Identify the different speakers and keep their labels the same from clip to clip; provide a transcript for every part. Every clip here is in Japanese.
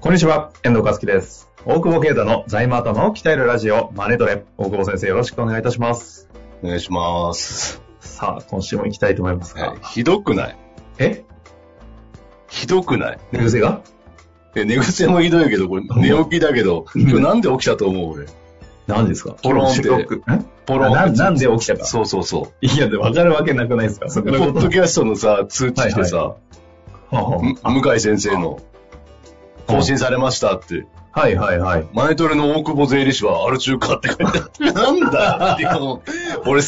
Speaker 1: こんにちは、遠藤和樹です。大久保啓太の財務頭を鍛えるラジオ、マネトレ。大久保先生、よろしくお願いいたします。
Speaker 2: お願いします。
Speaker 1: さあ、今週も行きたいと思いますが。
Speaker 2: はいひどくない
Speaker 1: え
Speaker 2: ひどくない
Speaker 1: 寝癖が
Speaker 2: え寝癖もひどいけど、これ寝起きだけど、今日なんで起きたと思う俺。
Speaker 1: 何ですか
Speaker 2: ポロンって
Speaker 1: 収録え
Speaker 2: ポロン
Speaker 1: ななんで起きたか。
Speaker 2: そうそうそう。
Speaker 1: いや、でわかるわけなくないですかそ
Speaker 2: ポ
Speaker 1: このこ
Speaker 2: ッ
Speaker 1: と
Speaker 2: ドキャストのさ、通知来てさ、
Speaker 1: は
Speaker 2: む向井先生の、
Speaker 1: あ
Speaker 2: 更新されましたって、
Speaker 1: あはいはいはい。
Speaker 2: マネトレの大久保税理士はアル中かって書いてあ って、なんだってこの俺、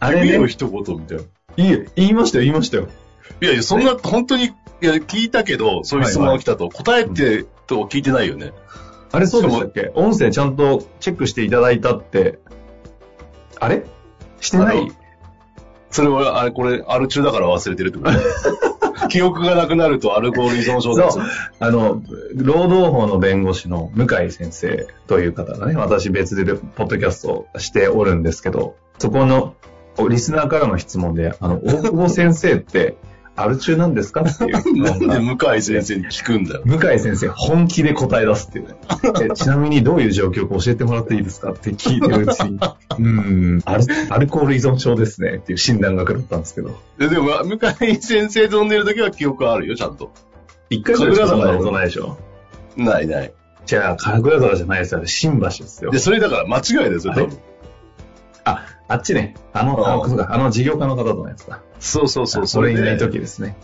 Speaker 1: あ
Speaker 2: 見
Speaker 1: れ
Speaker 2: よ
Speaker 1: ね、
Speaker 2: 一言みたいな。
Speaker 1: いい言いましたよ、言いましたよ。
Speaker 2: いやいや、そんな、本当に、いや、聞いたけど、そういう質問が来たと、答えてと聞いてないよね。
Speaker 1: あれそうでしたっけ音声ちゃんとチェックしていただいたって、あれしてな
Speaker 2: あ
Speaker 1: い
Speaker 2: のそれは、あれ、これ、アル中だから忘れてるってこと 記憶がなくなるとアルコール依存症です
Speaker 1: そう。あの、労働法の弁護士の向井先生という方がね、私別でポッドキャストをしておるんですけど、そこのリスナーからの質問で、あの、大久保先生って、 アル中なんですかってい
Speaker 2: な
Speaker 1: う。
Speaker 2: んで向井先生に聞くんだよ。
Speaker 1: 向井先生、本気で答え出すっていうね。えちなみにどういう状況か教えてもらっていいですかって聞いてるうちに、 うーん、アルアルコール依存症ですねっていう診断が来ったんですけど、
Speaker 2: ででも、まあ向井先生と飲んでる時は記憶はあるよ、ちゃんと。
Speaker 1: 一回ぐらいしかそんなことないでしょ。
Speaker 2: ないない。
Speaker 1: じゃあ、神楽坂じゃないですよ。あれ新橋ですよ
Speaker 2: で、。それだから間違いだよ、それ多分。
Speaker 1: あ、あっちね。あの、
Speaker 2: あ
Speaker 1: あ
Speaker 2: あ
Speaker 1: そうかあの事業家の方とのやつだ。
Speaker 2: そうそうそう、
Speaker 1: そ
Speaker 2: そ
Speaker 1: れ
Speaker 2: れ
Speaker 1: いない
Speaker 2: で、
Speaker 1: 時ですね。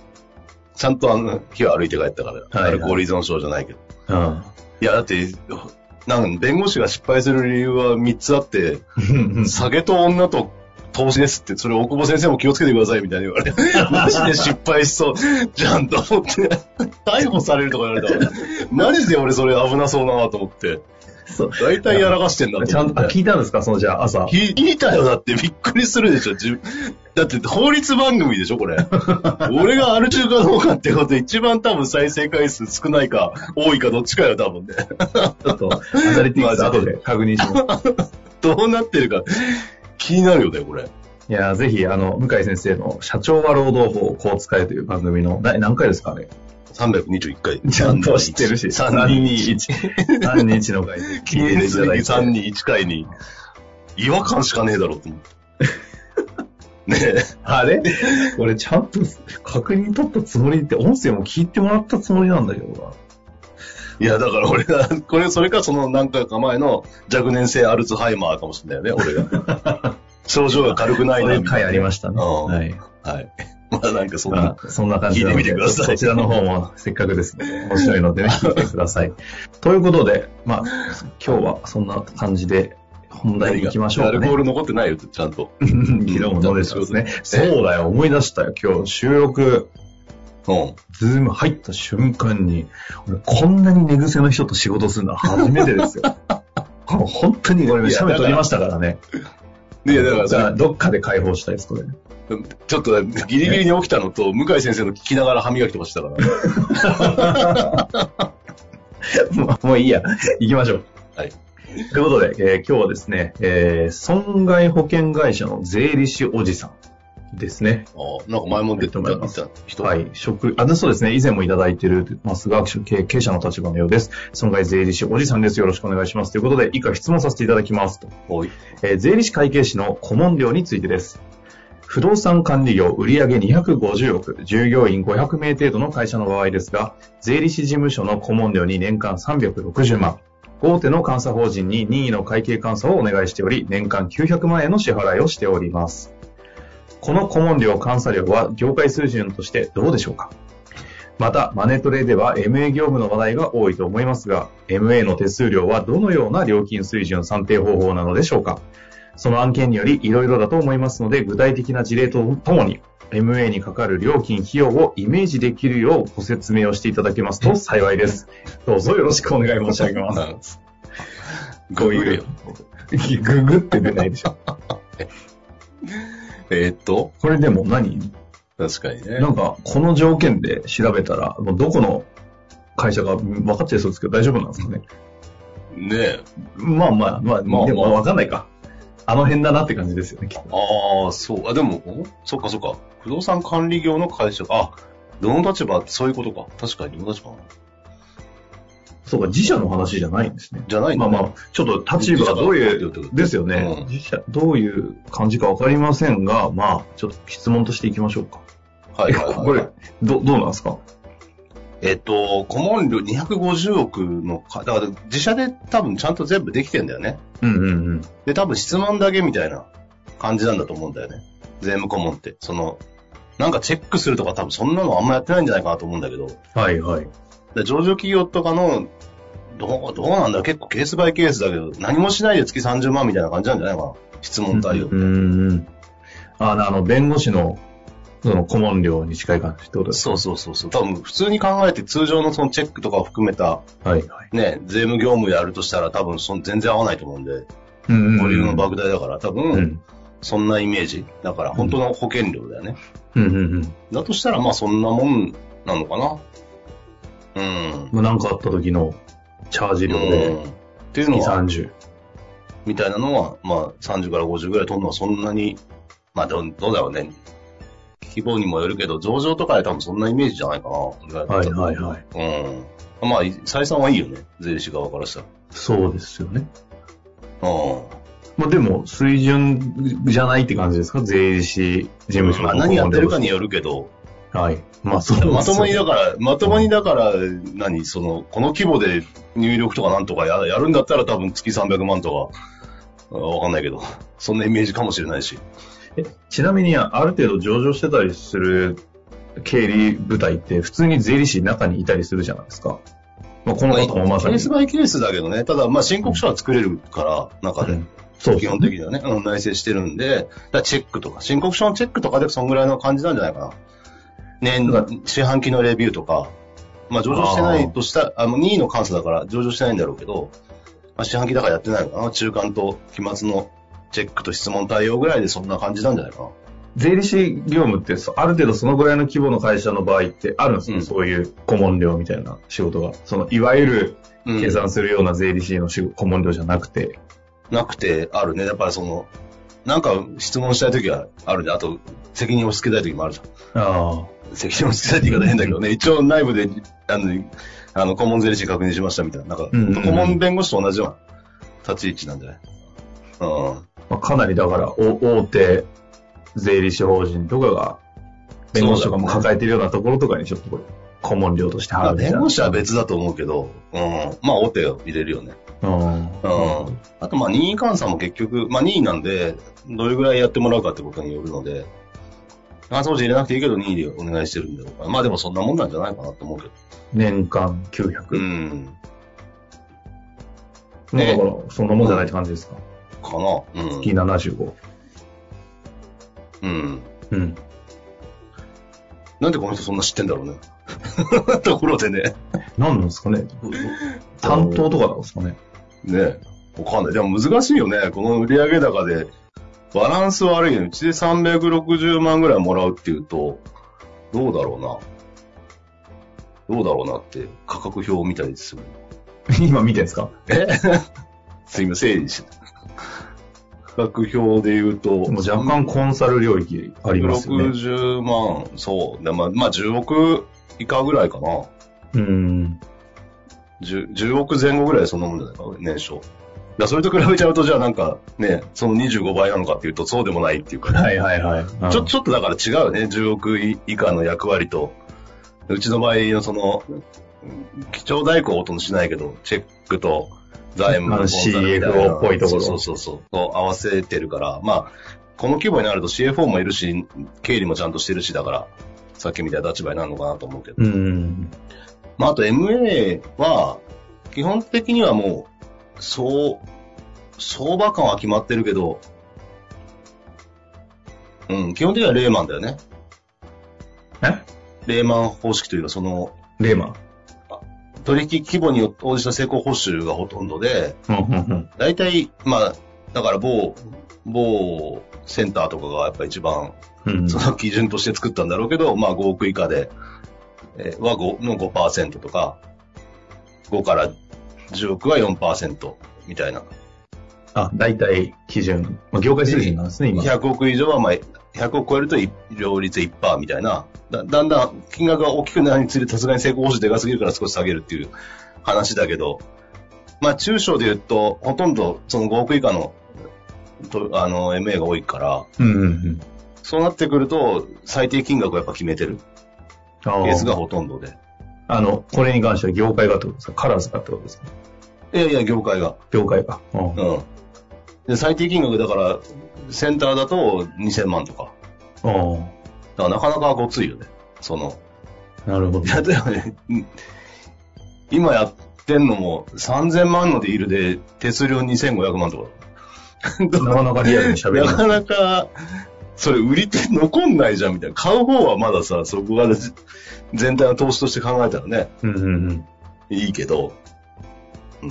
Speaker 2: ちゃんとあの日は歩いて帰ったから、
Speaker 1: はい
Speaker 2: アルコール依存症じゃないけど。
Speaker 1: うん。
Speaker 2: いや、だって、なんか弁護士が失敗する理由は3つあって、酒と女と投資ですって、それ大久保先生も気をつけてくださいみたいに言わ れて、マジで失敗しそうじゃんと思って、逮捕されるとか言われたから、マジで俺それ危なそうだなと思って、
Speaker 1: そう。
Speaker 2: 大体やらかしてんだ
Speaker 1: ち
Speaker 2: と
Speaker 1: ゃ
Speaker 2: 思
Speaker 1: ん
Speaker 2: って。
Speaker 1: と、あ、聞いたんですかその、じゃあ、朝。
Speaker 2: 聞聞いたよ、だってびっくりするでしょ、自分だって法律番組でしょ、これ。俺がアル中かどうかってことで、一番多分再生回数少ないか、多いかどっちかよ、多分ね。
Speaker 1: ちょっと、アナリティクス
Speaker 2: マジで
Speaker 1: 後で確認します。
Speaker 2: どうなってるか、気になるよね、これ。
Speaker 1: いやー、ぜひ、あの、向井先生の、社長は労働法をこう使えという番組の、な何回ですかね
Speaker 2: 321回。
Speaker 1: ちゃんと知ってるし。
Speaker 2: 321。
Speaker 1: 3、2、1の回で
Speaker 2: 記
Speaker 1: 聞い
Speaker 2: 念
Speaker 1: てい
Speaker 2: す
Speaker 1: た
Speaker 2: べ
Speaker 1: だ
Speaker 2: き
Speaker 1: い
Speaker 2: 3
Speaker 1: て。
Speaker 2: 人1回に、違和感しかねえだろうと思って。ねえ。
Speaker 1: あれ俺、ちゃんと確認取ったつもりって、音声も聞いてもらったつもりなんだけどな。
Speaker 2: いや、だから俺が、 これ、それかその何回か前の若年性アルツハイマーかもしれないよね、俺が。 症状が軽くない
Speaker 1: そう
Speaker 2: な
Speaker 1: いう
Speaker 2: みた
Speaker 1: 回
Speaker 2: いな。
Speaker 1: ありましたね。
Speaker 2: うん
Speaker 1: はい。
Speaker 2: はい。 まあなんかそん
Speaker 1: ま
Speaker 2: な。
Speaker 1: あそんな感じなので
Speaker 2: 聞いてみてくださ
Speaker 1: そ
Speaker 2: い
Speaker 1: ちらの方もせっかくですね、面白いのでね、聞いてください。ということで、まあ、今日はそんな感じで本題に行きましょう
Speaker 2: ア
Speaker 1: か
Speaker 2: ルコー
Speaker 1: ね。
Speaker 2: ル残ってないよ、ちゃんと。
Speaker 1: 昨日も飲んでたんですね。そうだよ、思い出したよ。今日収録、
Speaker 2: うん。
Speaker 1: ズーム入った瞬間に、俺こんなに寝癖の人と仕事するのは初めて ですよ。もう本当に、俺、
Speaker 2: いや
Speaker 1: 写メ撮りましたからね。
Speaker 2: で、だから
Speaker 1: じ
Speaker 2: そ
Speaker 1: ゃあ
Speaker 2: れ、
Speaker 1: どっかで解放したいです、これ。
Speaker 2: ちょっとギリギリに起きたのと、向井先生の聞きながら歯磨きとかしてたから。
Speaker 1: もうもういいや。行きましょう。
Speaker 2: はい。
Speaker 1: ということで、えー今日はですね、えー損害保険会社の税理士おじさんですね。
Speaker 2: あなんか前も出てた
Speaker 1: はい
Speaker 2: 人。
Speaker 1: はい。職、あ、そうですね。以前もいただいてるますが、経経営者の立場のようです。損害税理士おじさんです。よろしくお願いします。ということで、以下質問させていただきます。と
Speaker 2: おい。
Speaker 1: えー税理士会計士の顧問料についてです。不動産管理業売上250億、従業員500名程度の会社の場合ですが、税理士事務所の顧問料に年間360万、大手の監査法人に任意の会計監査をお願いしており、年間900万円の支払いをしております。この顧問料監査料は業界水準としてどうでしょうかまた、マネトレでは MA 業務の話題が多いと思いますが、MA の手数料はどのような料金水準算定方法なのでしょうかその案件によりいろいろだと思いますので、具体的な事例とともに、MA にかかる料金、費用をイメージできるようご説明をしていただけますと幸いです。どうぞよろしくお願い申し上げます。
Speaker 2: す。
Speaker 1: こ ういう。ググって出ないでしょ。
Speaker 2: えーっと、
Speaker 1: これでも何
Speaker 2: 確かにね。
Speaker 1: なんか、この条件で調べたら、もうどこの会社か分かっちゃいそうですけど、大丈夫なんですかね。
Speaker 2: ねえ。
Speaker 1: まあまあ、まあ、
Speaker 2: まあ
Speaker 1: でも
Speaker 2: まあ
Speaker 1: 分かんないか。あの辺だなって感じですよね、きっと。
Speaker 2: ああ、そう。あ、でも、おそっかそっか。不動産管理業の会社あ、どの立場そういうことか。確かに、どの立場なの
Speaker 1: そうか、自社の話じゃないんですね。
Speaker 2: じゃないん
Speaker 1: ま
Speaker 2: だ
Speaker 1: あまあ、ちょっと立場がどういう、ですよね
Speaker 2: う。ん
Speaker 1: 自社どういう感じか分かりませんが、まあ、ちょっと質問としていきましょうか。
Speaker 2: はいはいはい、
Speaker 1: これ、ど、どうなんですか
Speaker 2: えっと、顧問料250億のか、だから自社で多分ちゃんと全部できてんだよね。
Speaker 1: うんうんうん。
Speaker 2: で、多分質問だけみたいな感じなんだと思うんだよね。税務顧問って。その、なんかチェックするとか多分そんなのあんまやってないんじゃないかなと思うんだけど。
Speaker 1: はいはい。
Speaker 2: で上場企業とかの、どう、どうなんだろう結構ケースバイケースだけど、何もしないで月30万みたいな感じなんじゃないかな。質問対応。
Speaker 1: うんうんうん。あの、あの弁護士の、その、顧問料に近い感じってことです
Speaker 2: そうそうそうそう。多分普通に考えて通常のそのチェックとかを含めた、
Speaker 1: かはいはい。
Speaker 2: ね、税務業務やるとしたら多分その全然合わないと思うんで、
Speaker 1: うんうんうん
Speaker 2: ボリューム莫大だから、多
Speaker 1: う
Speaker 2: 分
Speaker 1: ん。
Speaker 2: そんなイメージ。だから本当の保険料だよね。
Speaker 1: うんうんうん。
Speaker 2: だとしたらまあそんなもんなのかな。うん。
Speaker 1: まあなんかあった時のチャージ料
Speaker 2: うん
Speaker 1: で、
Speaker 2: っていうの
Speaker 1: 2、
Speaker 2: は、
Speaker 1: 30。
Speaker 2: みたいなのは、まあ、30から50ぐらい取るのはそんなに、まあどう、どうだろうね。規模にもよるけど、上場とかで多分そんなイメージじゃないかな。
Speaker 1: はいはいはい。
Speaker 2: うん。まあ、採算はいいよね。税理士側からしたら。
Speaker 1: そうですよね。
Speaker 2: うん。
Speaker 1: まあでも、水準じゃないって感じですか税理士事務所
Speaker 2: ま
Speaker 1: の
Speaker 2: あ、何やってるかによるけど、
Speaker 1: はい。まあそうですよね
Speaker 2: まともにだから、まともにだから、何、その、この規模で入力とかなんとかややるんだったら多分月300万とか、あわかんないけど、そんなイメージかもしれないし。
Speaker 1: えちなみに、ある程度上場してたりする経理部隊って、普通に税理士中にいたりするじゃないですか。まあ、この方もまさ
Speaker 2: ケ
Speaker 1: に。
Speaker 2: ースバイケースだけどね、ただ、まあ、申告書は作れるから、中
Speaker 1: う
Speaker 2: で
Speaker 1: ん。そう
Speaker 2: 基本的にはね、うん、内製してるんで、だからチェックとか、申告書のチェックとかでそんぐらいの感じなんじゃないかな。年、
Speaker 1: だか
Speaker 2: 四半期のレビューとか、まあ上場してないとしたあの、2位の監査だから上場してないんだろうけど、まあ四半期だからやってないのかな。中間と期末のチェックと質問対応ぐらいでそんな感じなんじゃないかな。
Speaker 1: 税理士業務って、そある程度そのぐらいの規模の会社の場合ってあるんですよ、
Speaker 2: うん
Speaker 1: そういう顧問料みたいな仕事が。その、いわゆる
Speaker 2: うん
Speaker 1: 計算するような税理士の仕事顧問料じゃなくて。
Speaker 2: なくてあるね。やっぱりその、なんか質問したいときはあるね。あと、責任を押し付けたいときもあるじゃん。
Speaker 1: あ
Speaker 2: 責任をつけたいって言い方変だけどね、一応内部で、あの、あの、顧問税理士確認しましたみたいな、なんか、
Speaker 1: うんうんうん
Speaker 2: 顧問弁護士と同じような立ち位置なんじゃないうん。
Speaker 1: あ。まあ、かなりだから、お大手税理士法人とかが、弁護士とかも抱えてるようなところとかにちょっとこれ、顧問料として
Speaker 2: ま
Speaker 1: 払
Speaker 2: あ、
Speaker 1: うみたいな
Speaker 2: 弁護士は別だと思うけど、うん。まあ、大手を入れるよね。
Speaker 1: うん
Speaker 2: うん。あと、まあ、任意監査も結局、まあ、任意なんで、どれぐらいやってもらうかってことによるので、監査法人入れなくていいけど、任意でお願いしてるんだろうから。まあ、でもそんなもんなんじゃないかなと思うけど。
Speaker 1: 年間
Speaker 2: う
Speaker 1: 900。
Speaker 2: ん。
Speaker 1: ね、だ
Speaker 2: ね
Speaker 1: から、そんなもんじゃないって感じですか。
Speaker 2: かな。うん。
Speaker 1: 月75。
Speaker 2: うん。
Speaker 1: うん。
Speaker 2: なんでこの人そんな知ってんだろうね。 ところでね。
Speaker 1: 何なんですかね担当とかなんですかね
Speaker 2: ねえ。わかんない。でも難しいよね。この売上高で、バランス悪いよね。うちで360万ぐらいもらうっていうと、どうだろうな。どうだろうなって、価格表みたいですよね。
Speaker 1: 今見てんですか
Speaker 2: すいません、整理して。 価格表で言うと、
Speaker 1: もう若干コンサル領域ありますよね。
Speaker 2: 60万、そう。でまあ、まあ、10億以下ぐらいかな。
Speaker 1: うん。
Speaker 2: 10, 10億前後ぐらいそんなもんじゃないか、年商。だからそれと比べちゃうと、じゃあなんかね、その25倍なのかっていうと、そうでもないっていうか、
Speaker 1: はいはいはい。
Speaker 2: ち
Speaker 1: ちょ
Speaker 2: ょ
Speaker 1: っと、
Speaker 2: ちょっとだから違うよね、10億以下の役割と、うちの場合のその、基調代行はほとんどしないけど、チェックと財務
Speaker 1: あの
Speaker 2: コンサルみたな
Speaker 1: CFO っぽいところ
Speaker 2: そうそうそうそう、を合わせてるから、まあ、この規模になると CFO もいるし、経理もちゃんとしてるし、だから、さっきみたいな立場になるのかなと思うけど。
Speaker 1: うん。
Speaker 2: まあ、あと MA は、基本的にはもう、そう、相場感は決まってるけど、うん、基本的にはレーマンだよね。
Speaker 1: え
Speaker 2: レーマン方式というか、その、
Speaker 1: レーマン。
Speaker 2: 取引規模によって応じた成功報酬がほとんどで、
Speaker 1: うんうんうん。
Speaker 2: 大体、まあ、だから某、某センターとかがやっぱ一番、
Speaker 1: うんうん
Speaker 2: その基準として作ったんだろうけど、まあ5億以下で、えーは5の5%とか、5から10億は4%みたいな。
Speaker 1: あ、大体基準。まあ、業界水準なんですね、今。
Speaker 2: 100億以上は、まあ、100億超えるとい両立1%みたいな。だだんだん金額が大きくなるにつれて、さすがに成功報酬でかすぎるから少し下げるっていう話だけど、まあ中小で言うと、ほとんどその5億以下の、とあの、MA が多いから、
Speaker 1: うんうんうん。
Speaker 2: そうなってくると、最低金額をやっぱ決めてる
Speaker 1: あ
Speaker 2: ケ
Speaker 1: ー
Speaker 2: ースがほとんどで。
Speaker 1: あの、これに関しては業界がってことですかカラーズがってことですか
Speaker 2: いやいや、業界が。
Speaker 1: 業界が。うんうん
Speaker 2: うん。で、最低金額だから、センターだと2000万とか。だからなかなかごついよね。その、
Speaker 1: な るほど。
Speaker 2: 例えばね、うん今やってんのも3000万のディールで手数料2500万とか。
Speaker 1: なかなかリアルに喋れ
Speaker 2: な
Speaker 1: ない。
Speaker 2: かなか、それ売り手残んないじゃんみたいな。買う方はまださ、そこが全体の投資として考えたらね、
Speaker 1: うんうんうん。
Speaker 2: いいけど、うん。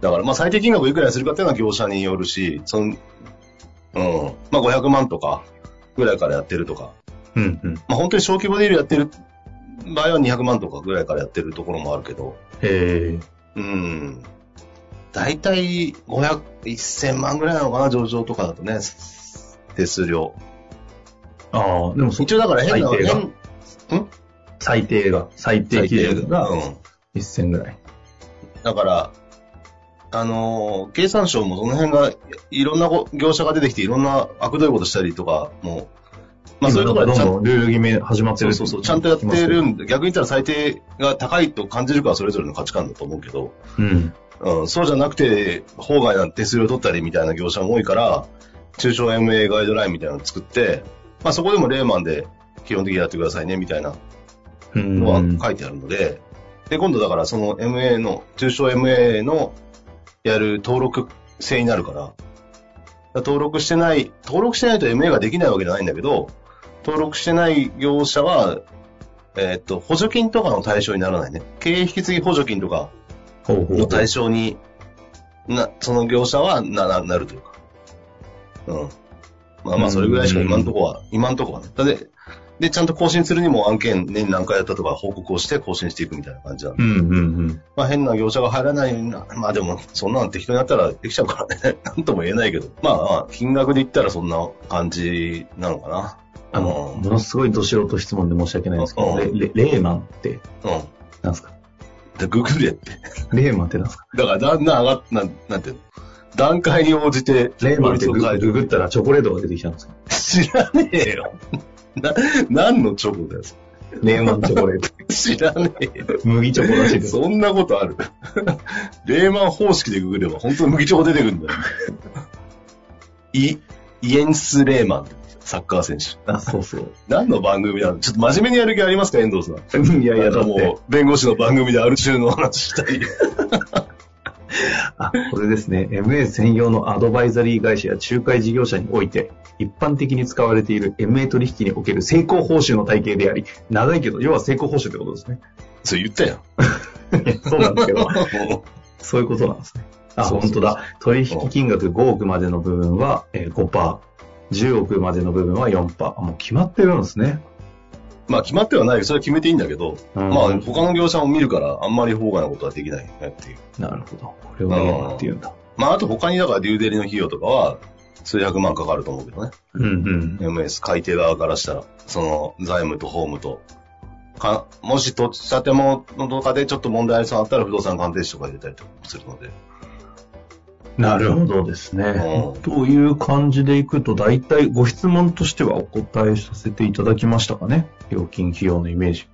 Speaker 2: だから、まあ最低金額いくらにするかっていうのは業者によるし、その、うん。まあ500万とかぐらいからやってるとか、
Speaker 1: うんうん。
Speaker 2: まあ本当に小規模ディールやってる場合は200万とかぐらいからやってるところもあるけど、
Speaker 1: え
Speaker 2: うん。大体500、1000万ぐらいなのかな、上場とかだとね、手数料。
Speaker 1: ー、ああ、でもそ
Speaker 2: 一応だから変な、
Speaker 1: 最低が
Speaker 2: 変
Speaker 1: 最低が、最低基準が
Speaker 2: うん。
Speaker 1: 1000ぐらい。
Speaker 2: だから、あのー経産省もその辺が、いいろんなご業者が出てきて、いろんな悪どいことしたりとかも、まあそういうとこ
Speaker 1: 今な
Speaker 2: ろは
Speaker 1: ん
Speaker 2: ち
Speaker 1: か
Speaker 2: ゃん
Speaker 1: どんどんルール決め始まって
Speaker 2: そ
Speaker 1: る
Speaker 2: うそうそう、ちゃんとやってるんで、逆に言ったら最低が高いと感じるかはそれぞれの価値観だと思うけど、
Speaker 1: うん。
Speaker 2: うん、そうじゃなくて、法外な手数料取ったりみたいな業者も多いから、中小 MA ガイドラインみたいなのを作って、まあ、そこでもレーマンで基本的にやってくださいねみたいな
Speaker 1: うん。
Speaker 2: のは書いてあるので、で、今度だからその MA の、中小 MA のやる登録制になるから、だから登録してない、登録してないと MA ができないわけじゃないんだけど、登録してない業者は、えーっと、補助金とかの対象にならないね。経営引き継ぎ補助金とか、
Speaker 1: ほうほうほ
Speaker 2: の
Speaker 1: う
Speaker 2: 対象に、な、その業者はな、な、なるというか。うん。まあまあ、それぐらいしか今のところは、今のところはね。だって、で、ちゃんと更新するにも案件年何回やったとか報告をして更新していくみたいな感じなの。
Speaker 1: うんうんうん。
Speaker 2: まあ変な業者が入らないようにな、まあでも、そんなの適当にやったらできちゃうからね。 なんとも言えないけど。まあまあ、金額で言ったらそんな感じなのかな。
Speaker 1: あの、
Speaker 2: うん
Speaker 1: ものすごいど素人質問で申し訳ないんですけど、レ
Speaker 2: う
Speaker 1: レレーマンって、
Speaker 2: うん。
Speaker 1: なんですか
Speaker 2: で、ググれって。
Speaker 1: レーマンってなんですか
Speaker 2: だからだんだん上がっ、なん、なんていうの段階に応じて、
Speaker 1: レーマンってグ
Speaker 2: 効率を変えて
Speaker 1: ググったらチョコレートが出てきたんですか
Speaker 2: 知らねえよ。 な、何のチョコだよ。
Speaker 1: レーマンチョコレー ト。
Speaker 2: 知らねえよ。
Speaker 1: 麦チョコらしいです。
Speaker 2: そんなことある。 レーマン方式でググれば本当に麦チョコ出てくるんだよ。イ、イエンス・レーマンってサッカー選手。
Speaker 1: あ、そうそう。
Speaker 2: 何の番組なのちょっと真面目にやる気ありますか、遠藤さん。
Speaker 1: いやいや、
Speaker 2: な
Speaker 1: だ
Speaker 2: んか
Speaker 1: って
Speaker 2: も、う、弁護士の番組である中の話したり。
Speaker 1: あ、これですね。MA 専用のアドバイザリー会社や仲介事業者において、一般的に使われている MA 取引における成功報酬の体系であり、長いけど、要は成功報酬ってことですね。
Speaker 2: そう言ったやん。
Speaker 1: いやそうなんですけど、
Speaker 2: も
Speaker 1: そういうことなんですね。あ、
Speaker 2: そうそう
Speaker 1: 本当だ。取引金額5億までの部分はえー5%、10億までの部分は4%。あもう決まってるんですね。
Speaker 2: う まあ決まってはない。それは決めていいんだけど、
Speaker 1: うん
Speaker 2: まあ他の業者も見るから、あんまり法外なことはできないねっていう。
Speaker 1: なるほど。これをレーマンって言うんだ。
Speaker 2: まあ、あと他に、だから、デューデリの費用とかは、数百万かかると思うけどね。
Speaker 1: うんうん。
Speaker 2: MS、改定側からしたら、その、財務と法務と。かもし、土地建物とかでちょっと問題ありそうだったら、不動産鑑定士とか入れたりとかもするので。
Speaker 1: なるほどですね
Speaker 2: う。ん
Speaker 1: という感じでいくと、大体ご質問としてはお答えさせていただきましたかね。料金費用のイメージ。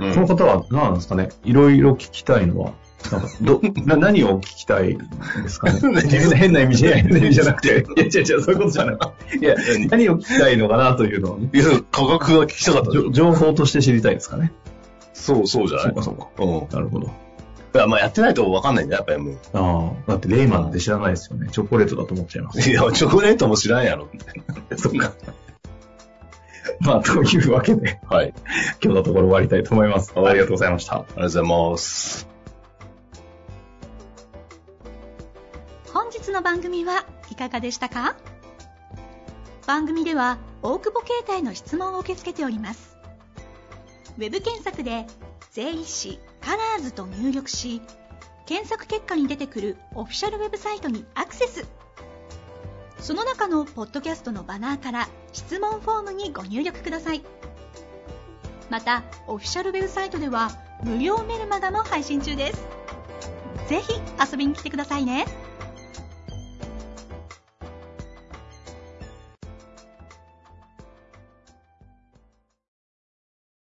Speaker 2: う
Speaker 1: この
Speaker 2: ん。
Speaker 1: 方は何なんですかねいろいろ聞きたいのは、なんかど な何を聞きたいんですかね 変な意味じゃ変な意味じゃなくて。 いや、違う違う、そういうことじゃなくて。いや、何を聞きたいのかなというのをね、
Speaker 2: いや、価格が聞きたかった
Speaker 1: じ
Speaker 2: でし
Speaker 1: ょ
Speaker 2: ょ
Speaker 1: 情報として知りたいですかね。
Speaker 2: そう、そうじゃな
Speaker 1: そ
Speaker 2: いう
Speaker 1: か、そうか。
Speaker 2: うん。だか
Speaker 1: なるほど。
Speaker 2: らまあ、やってないと分かんないんだよ、やっぱり。
Speaker 1: ああ、だってレイマンって知らないですよね。チョコレートだと思っちゃいます。
Speaker 2: いや、チョコレートも知らんやろ。
Speaker 1: そっか。まあ、というわけで、
Speaker 2: はい。ありが
Speaker 1: 今日のところ終わりたいと思います。あ
Speaker 2: はい
Speaker 1: りがとうございました。
Speaker 2: とうございます。
Speaker 3: 本日の番組はいかがでしたか番組では大久保携帯の質問を受け付けておりますウェブ検索で「税理士カラーズと入力し検索結果に出てくるオフィシャルウェブサイトにアクセスその中のポッドキャストのバナーから質問フォームにご入力くださいまたオフィシャルウェブサイトでは無料メルマガも配信中ですぜひ遊びに来てくださいね